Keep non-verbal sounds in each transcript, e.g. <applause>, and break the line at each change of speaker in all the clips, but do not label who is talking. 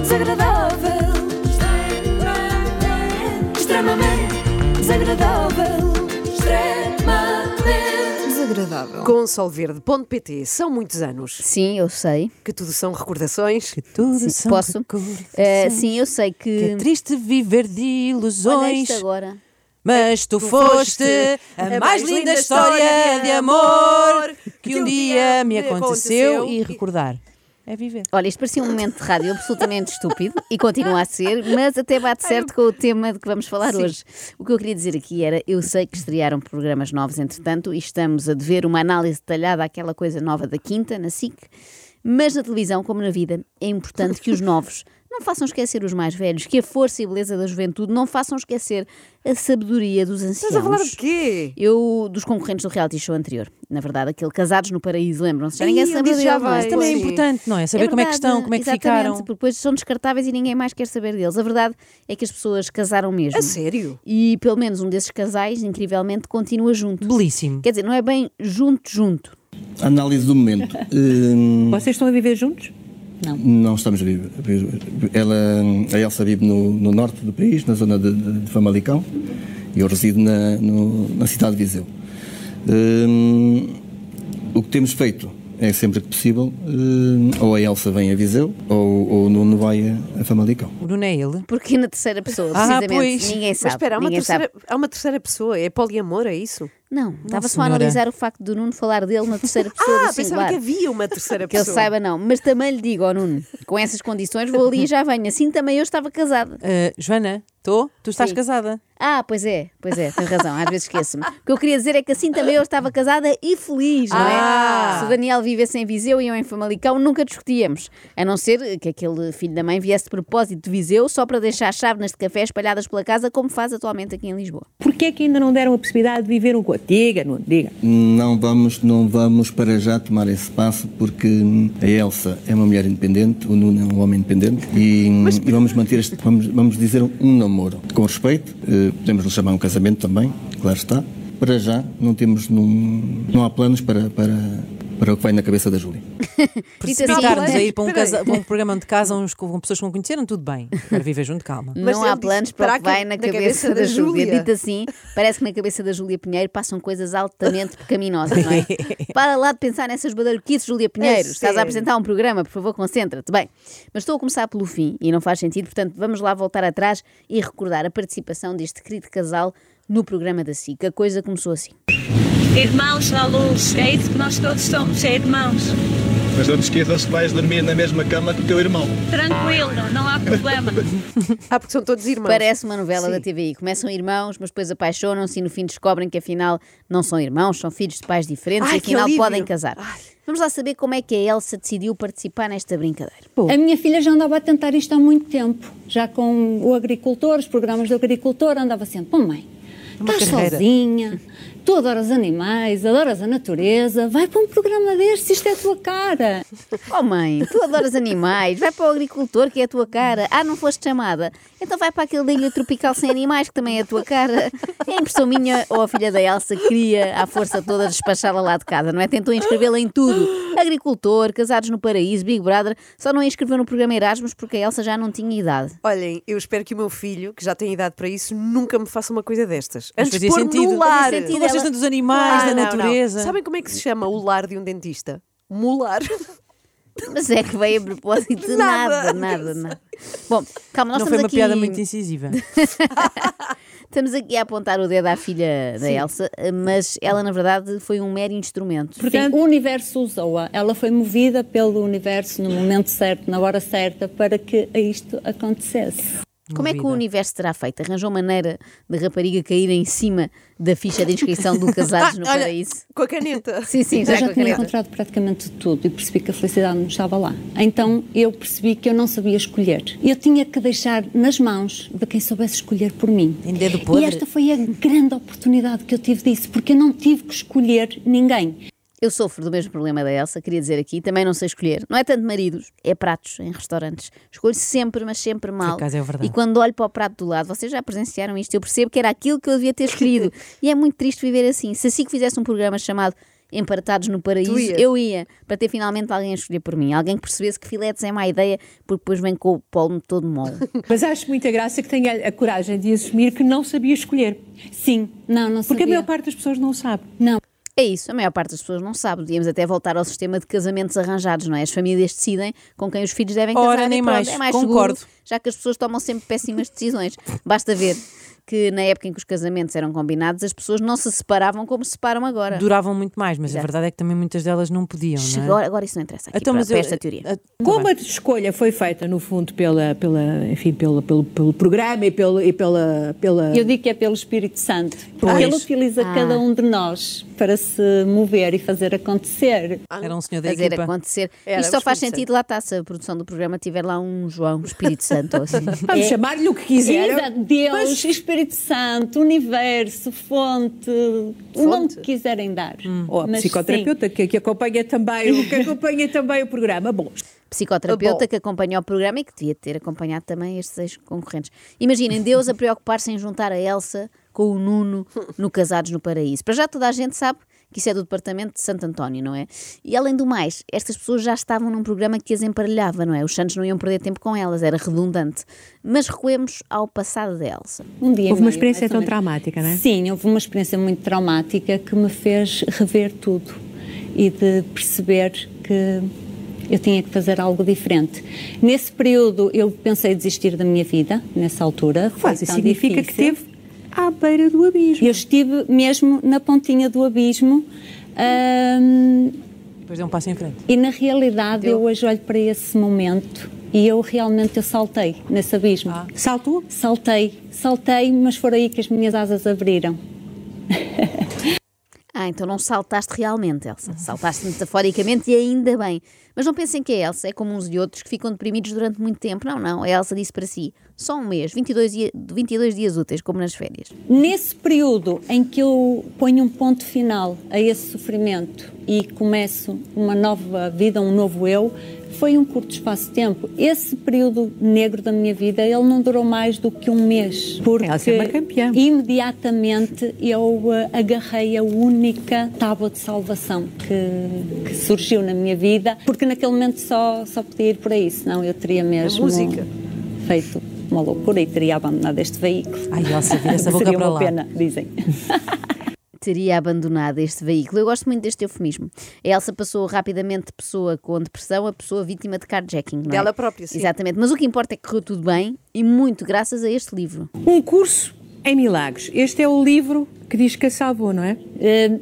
desagradável. Extremamente desagradável. Extremamente desagradável.
Com solverde.pt são muitos anos
Sim, eu sei.
que tudo são recordações.
Tudo
Sim,
são
posso?
recordações.
Eh, sim, eu sei
Que é
que.
triste viver de
Olha isto é
ilusões,
agora.
mas tu foste a mais linda história de amor que um dia me aconteceu e recordar. É viver.
Olha, isto parecia um momento de rádio absolutamente estúpido e continua a ser, mas até bate certo com o tema de que vamos falar hoje. O que eu queria dizer aqui era: eu sei que estrearam programas novos, entretanto, e estamos a dever uma análise detalhada àquela coisa nova da Quinta, na SIC, mas na televisão, como na vida, é importante que os novos. Não façam esquecer os mais velhos, que a força e beleza da juventude não façam esquecer a sabedoria dos anciãos.
Estás a falar de quê?
Eu, dos concorrentes do reality show anterior, na verdade, aquele Casados no Paraíso, lembram-se? Já
Ih,
ninguém se
onde
lembra dele,
isso já
não é?
vai?
Também é
Sim.
importante, não é? Saber como é que
verdade,
estão, como é que
exatamente,
ficaram.
Porque depois são descartáveis e ninguém mais quer saber deles. A verdade é que as pessoas casaram mesmo.
A sério?
E pelo menos um desses casais, incrivelmente, continua junto.
Belíssimo.
Quer dizer, não é bem junto, junto.
Análise do momento. Hum,
Vocês estão a viver juntos? Não.
não estamos a viver. Ela, a Elsa vive no, no norte do país, na zona de, de, de Famalicão, e eu resido na, no- na cidade de Viseu. Hum, o que temos feito é sempre que possível, hum, ou a Elsa vem a Viseu, ou, ou o Nuno vai a, a Famalicão.
O Nuno é ele.
Porque na terceira pessoa,
Ah,
precisamente,
pois.
ninguém sabe.
Mas espera, há uma,
ninguém
terceira,
sabe.
há uma terceira pessoa. É poliamor, é isso?
Não, estava só a
senhora.
analisar o facto do Nuno falar dele na <laughs> terceira pessoa
Ah,
do
pensava
singular.
que havia uma terceira
Que ele
pessoa.
saiba, não. Mas também lhe digo, ó Nuno, com essas condições vou ali e já venho. Assim também eu estava casada.
É.
Ah, Joana, estou? Tu estás
Sim.
casada?
Ah, pois é, pois é, tens razão, às vezes esqueço-me. O que eu queria dizer é que assim também eu estava casada e feliz, não é?
Ah!
Se o Daniel vivesse em Viseu e eu em Famalicão, nunca discutíamos. A não ser que aquele filho da mãe viesse de propósito de Viseu só para deixar chávenas de café espalhadas pela casa, como faz atualmente aqui em Lisboa.
Porquê é que ainda não deram a possibilidade de viver um com outro? Diga, não, diga.
Não vamos, não vamos para já tomar esse passo porque hum, a Elsa é uma mulher independente, o Nuno é um homem independente e, hum, e vamos manter este, vamos, vamos dizer um, um namoro com respeito, eh, podemos lhe chamar um casamento também, claro está. Para já não temos, num- não há planos para, para, para o que vai na cabeça da Júlia.
Precipitar-nos
assim,
a ir para um,
espera aí.
casa- para um programa de casa uns com, com pessoas que não conheceram, tudo bem. Agora viver junto, calma.
Mas
não
ele
há
disse,
planos para o
terá
que vai na, cabeça, da, Júlia. Dito assim, parece que na cabeça da Júlia Pinheiro passam coisas altamente pecaminosas, não <laughs> é? Para lá de pensar nessas badalhoquices, Júlia Pinheiro. Estás
sério.
a apresentar um programa, por favor, concentra-te. Bem, mas estou a começar pelo fim e não faz sentido, portanto, vamos lá voltar atrás e recordar a participação deste querido casal no programa da SIC. A coisa começou assim.
Irmãos à luz, é isso que nós todos somos, é irmãos.
Mas não te esqueças que vais dormir na mesma cama que o teu irmão.
Tranquilo, não há problema.
Ah, porque são todos irmãos.
Parece uma novela da TVI. Começam irmãos, mas depois apaixonam-se e no fim descobrem que afinal não são irmãos, são filhos de pais diferentes
Ai,
e
que
afinal
alívio.
podem casar. Vamos lá saber como é que a Elsa decidiu participar nesta brincadeira.
A minha filha já andava a tentar isto há muito tempo, já com o agricultor, os programas do agricultor, andava sempre, oh mãe,
É
estás
carreira.
sozinha, tu adoras animais, adoras a natureza, vai para um programa destes, isto é a tua cara.
Oh mãe, tu adoras animais, vai para o agricultor que é a tua cara. Ah, não foste chamada? Então vai para aquele da ilha tropical sem animais que também é a tua cara. É impressão minha ou a filha da Elsa queria à força toda despachá-la lá de casa, não é? Tentou inscrevê-la em tudo. Agricultor, casados no paraíso, Big Brother, só não a inscreveu no programa Erasmus porque a Elsa já não tinha idade.
Olhem, eu espero que o meu filho, que já tem idade para isso, nunca me faça uma coisa destas.
Mas
Antes de
fazia
pôr
sentido.
no lar.
Fazia
Tu
sentido. é um
gostas
Ela-
tanto dos animais,
Ah, não,
da
não.
natureza.
Sabem como é que se chama o lar de um dentista? Mular.
Mas é que veio a propósito de
Nada.
nada, nada, nada. Bom, calma, nós
não
estamos
foi uma
aqui...
piada muito incisiva.
Estamos aqui a apontar o dedo à filha da Elsa, mas ela, na verdade, foi um mero instrumento.
Portanto, o universo usou-a, ela foi movida pelo universo no momento certo, na hora certa, para que isto acontecesse.
Como é que o
Movida.
universo terá feito? Arranjou maneira de rapariga cair em cima da ficha de inscrição do
<laughs>
Casados no um Paraíso?
Ah, Com a caneta.
<laughs> Sim, sim,
Eu
já
já
com a
tinha
caneta.
encontrado praticamente tudo e percebi que a felicidade não estava lá. Então eu percebi que eu não sabia escolher. Eu tinha que deixar nas mãos de quem soubesse escolher por mim.
Em dedo é podre.
E esta foi a grande oportunidade que eu tive disso, porque eu não tive que escolher ninguém.
Eu sofro do mesmo problema da Elsa, queria dizer aqui, também não sei escolher. Não é tanto maridos, é pratos em restaurantes. Escolho sempre, mas sempre mal.
acaso é verdade.
E quando olho para o prato do lado, vocês já
<laughs>
presenciaram isto, eu percebo que era aquilo que eu devia ter escolhido. e é muito triste viver assim. Se assim que fizesse um programa chamado emparatados no paraíso,
Tu ias?
eu ia, para ter finalmente alguém a escolher por mim. Alguém que percebesse que filetes é má ideia, porque depois vem com o polmo todo mole.
Mas acho muita graça que tenha a coragem de assumir que não sabia escolher.
Sim, não, não
Porque a
sabia.
maior parte das pessoas não sabe.
Não.
É isso, a maior parte das pessoas não sabe. Podíamos até voltar ao sistema de casamentos arranjados, não é? As famílias decidem com quem os filhos devem casar.
Ora,
e
nem
pronto,
mais.
É mais
Concordo.
seguro, já que as pessoas tomam sempre péssimas decisões. Basta ver que na época em que os casamentos eram combinados, as pessoas não se separavam como se separam agora.
Duravam muito mais, mas a verdade é que também muitas delas não podiam, não é?
Agora, agora isso não interessa aqui
Então,
para,
mas
para
eu-
esta teoria.
Ah, tá
Como
bem.
a escolha foi feita, no fundo, pela, pela, enfim, pelo, pelo, pelo programa e, pelo, e pela, pela.
Eu digo que é pelo Espírito Santo, porque
Pois.
ele utiliza cada um de nós para se mover e fazer acontecer.
Era um senhor da
Fazer
equipa.
acontecer.
Era,
Isto só
o
faz
Espírito
sentido lá está, se a produção do programa tiver lá um João, um Espírito Santo ou
<laughs>
assim.
É.
Vamos chamar-lhe o que
Vida,
quiser.
Deus,
Mas-
Espírito Santo, Universo, Fonte, o nome que quiserem dar.
Hum. Ou a
Mas
psicoterapeuta que, que acompanha também, o- que acompanha também o programa. Bom,
psicoterapeuta
Bom.
que acompanhou o programa e que devia ter acompanhado também estes seis concorrentes. Imaginem Deus a preocupar-se em juntar a Elsa com o Nuno no Casados no Paraíso. Para já toda a gente sabe que isso é do departamento de Santo António, não é? E além do mais, estas pessoas já estavam num programa que as emparelhava, não é? Os Santos não iam perder tempo com elas, era redundante. Mas recuemos ao passado da Elsa.
Um dia e
Houve uma
meio, mais
experiência
ou
tão
menos.
traumática, não é?
Sim, houve uma experiência muito traumática que me fez rever tudo e de perceber que eu tinha que fazer algo diferente. Nesse período eu pensei desistir da minha vida, nessa altura. Foi
quase
tão
significa que
difícil.
teve à beira do abismo.
Eu estive mesmo na pontinha do abismo. ahm,
Depois deu um passo em frente.
e na realidade eu hoje olho para esse momento e eu realmente eu saltei nesse abismo.
Ah.
Saltou?
Saltei, saltei, mas foi aí que as minhas asas abriram.
Ah, então não saltaste realmente, Elsa. Saltaste metaforicamente e ainda bem. Mas não pensem que a Elsa é como uns e outros que ficam deprimidos durante muito tempo. Não, não. A Elsa disse para si: só um mês, 22, dia- 22 dias úteis, como nas férias.
Nesse período em que eu ponho um ponto final a esse sofrimento e começo uma nova vida, um novo eu, foi um curto espaço de tempo. Esse período negro da minha vida, ele não durou mais do que um mês. Porque
Elsa é uma campeã.
imediatamente eu eh, agarrei a única tábua de salvação que, que surgiu na minha vida, porque naquele momento só, só podia ir por aí, senão eu teria mesmo
música.
feito uma loucura e teria abandonado este veículo.
Ai, Elsa, vira essa
<laughs>
boca
Seria
para
uma
lá.
pena, dizem.
Teria abandonado este veículo. Eu gosto muito deste eufemismo. A Elsa passou rapidamente de pessoa com depressão a pessoa vítima de carjacking, não é?
Dela própria, sim.
Exatamente. Mas o que importa é que correu tudo bem e muito graças a este livro.
Um curso em milagres. Este é o livro que diz que a salvou, não é?
Eh,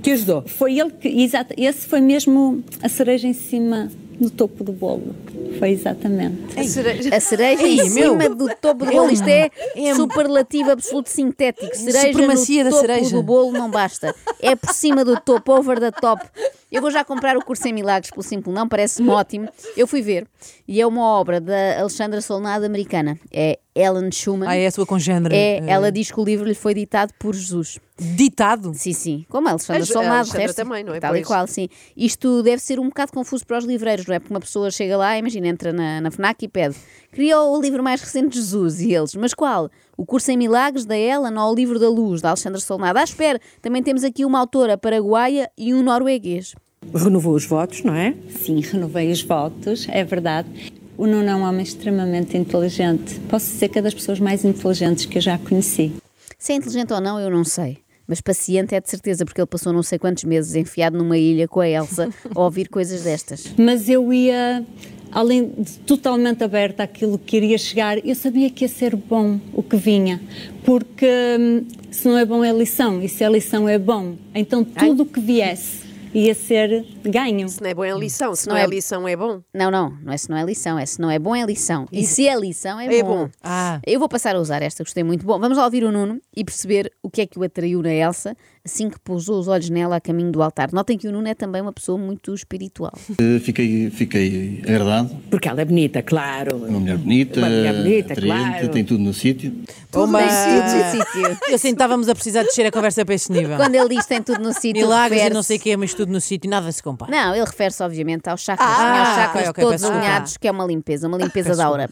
Que ajudou.
Foi ele que, exato, esse foi mesmo a cereja em cima no topo do bolo. Foi exatamente.
A cereja-
A cereja em
meu.
cima do topo do bolo. Isto é superlativo absoluto sintético. Cereja
Supremacia da
no topo
cereja.
do bolo não basta. É por cima do topo, over the top. Eu vou já comprar o curso em milagres pelo simples não, parece-me ótimo. Eu fui ver e é uma obra da Alexandra Solnado americana. É Ellen Schumann.
Ah, é a sua congênere.
É,
eh,
ela diz que o livro lhe foi ditado por Jesus.
Ditado.
Sim, sim. Como a Alexandra
A Jo- a
Solnado,
Alexandra
resto,
também, não é?
Tal e
Pois.
qual, sim. Isto deve ser um bocado confuso para os livreiros, não é? Porque uma pessoa chega lá, imagina, entra na, na FNAC e pede queria o livro mais recente de Jesus e eles, mas qual? O curso em milagres da Ellen ou o livro da luz da Alexandra Solnado? Ah, espera, também temos aqui uma autora paraguaia e um norueguês.
Renovou os votos, não é?
Sim, renovei os votos, é verdade. O Nuno é um homem extremamente inteligente. Posso dizer que é das pessoas mais inteligentes que eu já conheci.
Se é inteligente ou não, eu não sei. Mas paciente é de certeza, porque ele passou não sei quantos meses enfiado numa ilha com a Elsa a ouvir coisas destas.
Mas eu ia, além de totalmente aberta àquilo que iria chegar, eu sabia que ia ser bom o que vinha. Porque hum, se não é bom é lição, e se a lição é bom, então tudo o que viesse ia ser ganho.
<laughs> Se não é bom é lição, se,
não
não, é
é-
lição é bom.
Não, não, não é se não é lição, é se não é bom é lição. E se é lição é,
É
bom.
bom.
Ah.
Eu vou passar a usar esta, gostei muito. Bom, vamos lá ouvir o Nuno e perceber o que é que o atraiu na Elsa assim que pousou os olhos nela a caminho do altar. Notem que o Nuno é também uma pessoa muito
<laughs>
espiritual.
Eh, Fiquei, fiquei agradado.
Porque ela é bonita, claro.
É Uma mulher bonita,
Uma mulher bonita,
atraente,
claro.
tem tudo no sítio.
Uma...
Tem tudo no sítio.
<laughs> Eu sei que assim, estávamos a precisar de descer a conversa para este nível.
Quando é ele diz tem tudo no sítio,
Milagres e
refere-se-
não sei o quê, mas tudo no sítio, nada se compara.
Não, ele refere-se obviamente aos chakras,
Ah,
né, aos chakras
ok, ok,
todos
peço desculpa.
alinhados, que é uma limpeza,
<laughs>
uma limpeza da aura.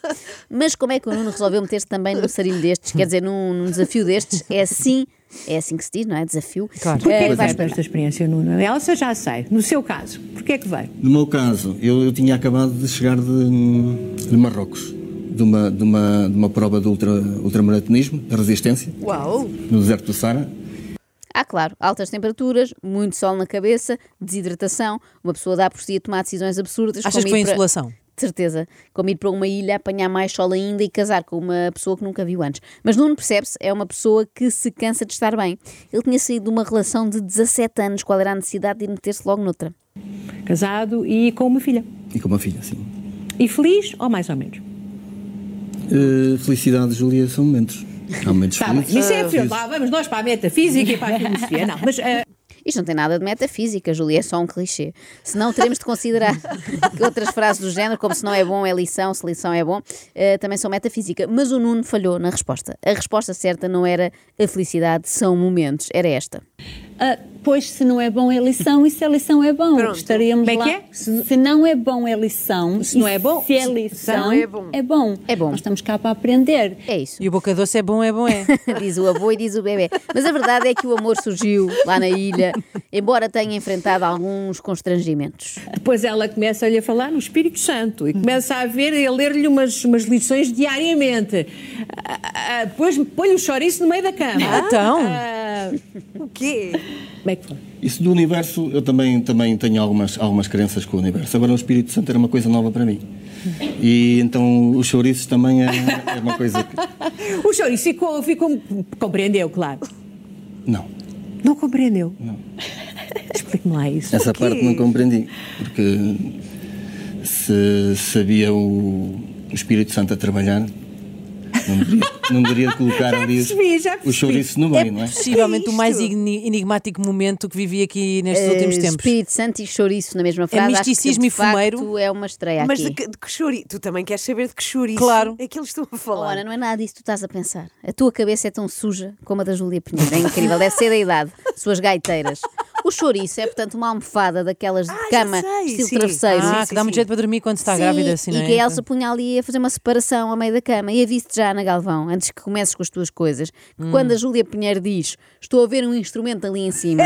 Mas como é que o Nuno resolveu meter-se também num sarilho destes, quer dizer, num, num desafio destes? É assim É assim que se diz, não é? Desafio.
Claro.
Porquê
Eh,
que
vais
veio para esta experiência, Nuno? Elsa já sei. No seu caso, porquê que veio?
No meu caso, eu, eu tinha acabado de chegar de, de Marrocos, de uma, de uma, de uma prova de ultra, ultramaratonismo, de resistência,
Uau!
no deserto do Sara.
Ah, claro, altas temperaturas, muito sol na cabeça, desidratação, uma pessoa dá por si a tomar decisões absurdas.
Achas
como
que foi
ir para-
insolação?
De certeza. Como ir para uma ilha, apanhar mais sol ainda e casar com uma pessoa que nunca viu antes. Mas Nuno, percebe-se, é uma pessoa que se cansa de estar bem. Ele tinha saído de uma relação de 17 anos, qual era a necessidade de meter-se logo noutra?
Casado e com uma filha.
E com uma filha, sim.
E feliz ou mais ou menos?
Eh, felicidade, Júlia, são momentos. Há momentos
Tá bem.
felizes.
Isso é
felizes.
absurdo. Lá vamos nós para a metafísica e para a filosofia. Não, mas ah,
Isto não tem nada de metafísica, Júlia, é só um clichê. Senão teremos de
<laughs>
considerar que outras frases do género, como se não é bom é lição, se lição é bom, eh, também são metafísica. Mas o Nuno falhou na resposta. A resposta certa não era a felicidade são momentos, era esta.
Ah, pois se não é bom é lição e se a lição é bom,
Pronto.
estaríamos
Como é
lá.
que é?
Se, se não é bom é lição,
Se não
e
é bom,
se é
se-
lição,
não é bom.
é bom.
É bom.
Nós estamos cá para aprender.
É isso. <laughs>
E o boca doce é bom, é bom, é.
diz o avô e diz o bebê. Mas a verdade é que o amor surgiu lá na ilha, embora tenha enfrentado alguns constrangimentos.
depois ela começa a lhe falar no Espírito Santo e começa a ver e a ler-lhe umas, umas lições diariamente. Ah, ah, ah, depois põe o chouriço no meio da cama.
Então.
Ah,
O quê?
como é que foi?
Isso do universo, eu também, também tenho algumas, algumas crenças com o universo. Agora, o Espírito Santo era uma coisa nova para mim. E então os chouriços também é, é uma coisa que.
O chouriço ficou, ficou, compreendeu, claro.
Não,
Não compreendeu? Não. <laughs> Explique-me lá isso.
essa parte não compreendi. Porque se sabia o, o Espírito Santo a trabalhar, não deveria, não deveria colocar
Já
ali os,
percebi, já percebi.
os chouriços no meio, não é?
Possivelmente o mais
isto?
igni- enigmático momento que vivi aqui nestes
Eh,
últimos tempos. É
Espírito Santo e chouriço na mesma frase. acho que,
misticismo e
de facto,
fumeiro.
é uma estreia
Mas
aqui.
de que, de que chouriço? Tu também queres saber de que chouriço
Claro.
é que eles estão a
Oh,
falar.
Ana, não é nada disso que tu estás a pensar. A tua cabeça é tão suja como a da Júlia Pinheiro. É incrível, deve ser da
<laughs>
idade. Suas gaiteiras. O chouriço é, portanto, uma almofada daquelas de
já
cama,
sei,
estilo
sim.
travesseiro.
Ah,
Sim,
que
sim,
dá muito
sim.
jeito para dormir quando se está
Sim,
grávida, assim, não
E
é?
que a Elsa punha ali a fazer uma separação ao meio da cama. E avise-te já, Ana Galvão, antes que comeces com as tuas coisas, que
Hum.
quando a Júlia Pinheiro diz estou a ver um instrumento ali em
<laughs>
cima,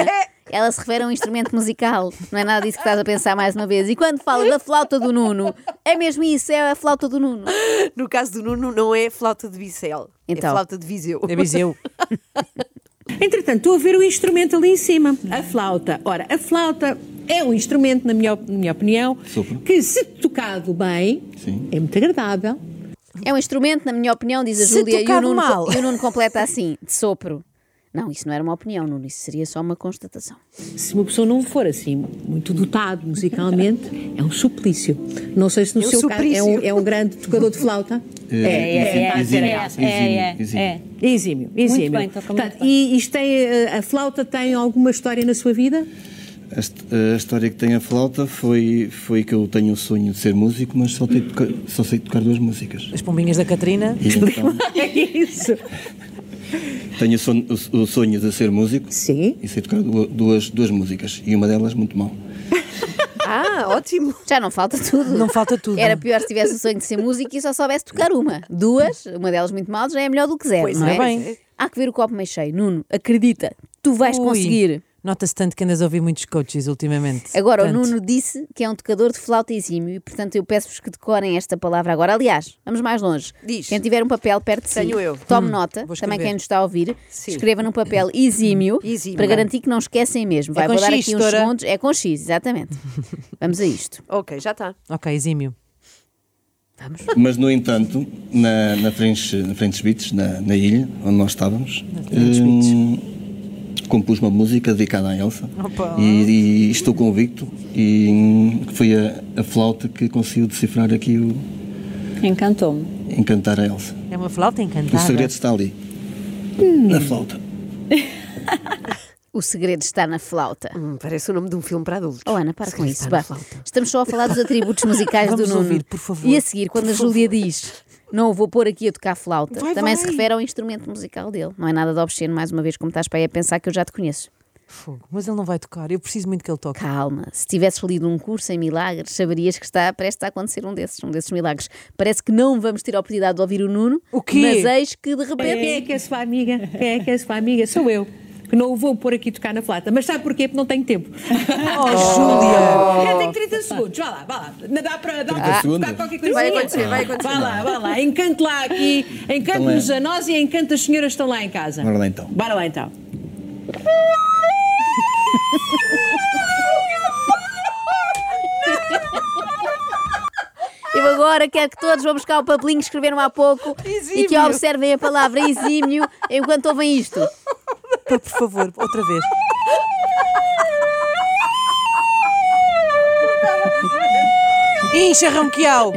ela se refere a um instrumento musical. Não é nada disso que estás a pensar mais uma vez. E quando fala da flauta do Nuno, é mesmo isso, é a flauta do Nuno.
No caso do Nuno, não é flauta de Bicel,
Então.
é flauta de Viseu.
É Viseu.
Entretanto, estou a ver o instrumento ali em cima, a flauta. Ora, a flauta é um instrumento, na minha, op- na minha opinião,
Sopro.
que se tocado bem,
Sim.
é muito agradável.
É um instrumento, na minha opinião, diz a
Se
Júlia, e o,
tocado
Nuno,
mal.
e o Nuno completa assim, de sopro. Não, isso não era uma opinião, Nuno, isso seria só uma constatação.
Se uma pessoa não for assim muito dotado musicalmente, é um suplício. Não sei se no
É um
seu caso é um,
suplício.
é um grande tocador de flauta.
É, exímio, exímio,
é, é,
exímio.
é.
Exímio, exímio.
bem, toca muito
Portanto,
bem.
E isto tem, eh, a flauta tem alguma história na sua vida?
A, hist- a história que tem a flauta foi, foi que eu tenho o sonho de ser músico, mas só, tenho toca- só sei tocar duas músicas.
As pombinhas da Catarina.
E então,
É isso.
tenho o son- o- o sonho, de ser músico
Sim.
e sei tocar du- duas, duas músicas, e uma delas muito mal.
Ah, <laughs> ótimo.
Já não falta tudo.
Não falta tudo.
Era pior se tivesse o sonho de ser músico e só soubesse tocar uma. Duas, uma delas muito mal, já é melhor do que zero,
Pois
não é?
é, pois é.
Há que ver o copo meio cheio. Nuno, acredita, tu vais
Ui,
conseguir.
Nota-se tanto que andas a ouvir muitos coaches ultimamente.
Agora,
Tanto.
o Nuno disse que é um tocador de flauta exímio e, portanto, eu peço-vos que decorem esta palavra agora. Aliás, vamos mais longe.
Diz.
Quem tiver um papel perto de si,
Tenho eu.
tome nota,
vou escrever.
também quem nos está a ouvir,
Sim.
escreva num papel exímio,
Exímio.
para garantir que não esquecem mesmo. Vai
com
vou dar
X,
aqui uns
doutora?
segundos. É com X, exatamente. vamos a isto.
Ok, já está.
Ok, exímio.
Vamos.
Mas, no entanto, na, na French, na French Beach, na, na ilha onde nós estávamos, hum, compus uma música dedicada à Elsa e, e estou convicto e hum, que foi a, a flauta que conseguiu decifrar aqui o
Encantou-me.
encantar a Elsa.
É uma flauta
O
encantada.
segredo está ali. Na flauta.
O segredo está na flauta.
Hum, parece o nome de um filme para adultos.
Oh, Ana, para com isso.
Está na
vá.
flauta.
Estamos só a falar dos atributos musicais
Vamos
do Nuno.
ouvir, por favor.
E a seguir, quando a Júlia diz não o vou pôr aqui a tocar flauta,
Vai,
também
vai.
se refere ao instrumento musical dele. Não é nada de obsceno, mais uma vez, como estás para aí a pensar que eu já te conheço.
Fogo, mas ele não vai tocar, eu preciso muito que ele toque.
Calma, se tivesses lido um curso em milagres, saberias que está prestes a acontecer um desses, um desses milagres. Parece que não vamos ter a oportunidade de ouvir o Nuno,
O quê?
mas eis que de repente.
Quem é que é a sua amiga? Quem é que é a sua amiga? Sou eu. Que não o vou pôr aqui tocar na flauta. Mas sabe porquê? Porque não tenho tempo.
Oh,
<laughs>
Júlia!
Eu tenho 30 segundos. Vá lá, vá lá. Dá para dá
30
para
segundos?
tocar qualquer coisa.
Vai acontecer, vai acontecer.
Vá lá, vá lá. Encante lá aqui. Encante-nos
Então é.
a nós e encante as senhoras que estão lá em casa.
Bora lá então.
Bora lá então.
É.
Eu agora quero que todos vão buscar o papelinho que escreveram há pouco e que
Exímio.
observem a palavra exímio enquanto ouvem isto.
Pá, por favor, outra vez. Incha Ronquial!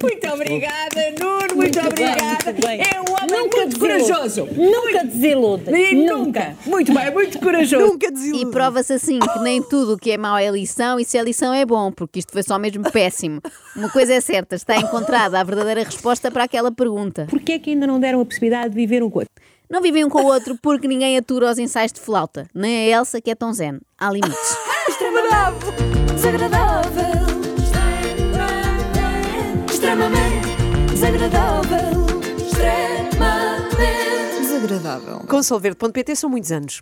Muito obrigada, Nuno. Muito, obrigada.
muito bem.
É um homem
Nunca
muito corajoso.
Nunca desiluda.
E nunca. Muito bem, muito corajoso.
Nunca é desiludo.
E prova-se assim que nem tudo o que é mau é lição e se é lição é bom, porque isto foi só mesmo péssimo. Uma coisa é certa, está encontrada a verdadeira resposta para aquela pergunta.
Porquê é que ainda não deram a possibilidade de viver um com o outro?
Não vivem um com o outro porque ninguém atura os ensaios de flauta, nem a Elsa que é tão zen. Há limites.
Desagradável. Extremamente desagradável. Extremamente desagradável.
Consolverde.pt são muitos anos.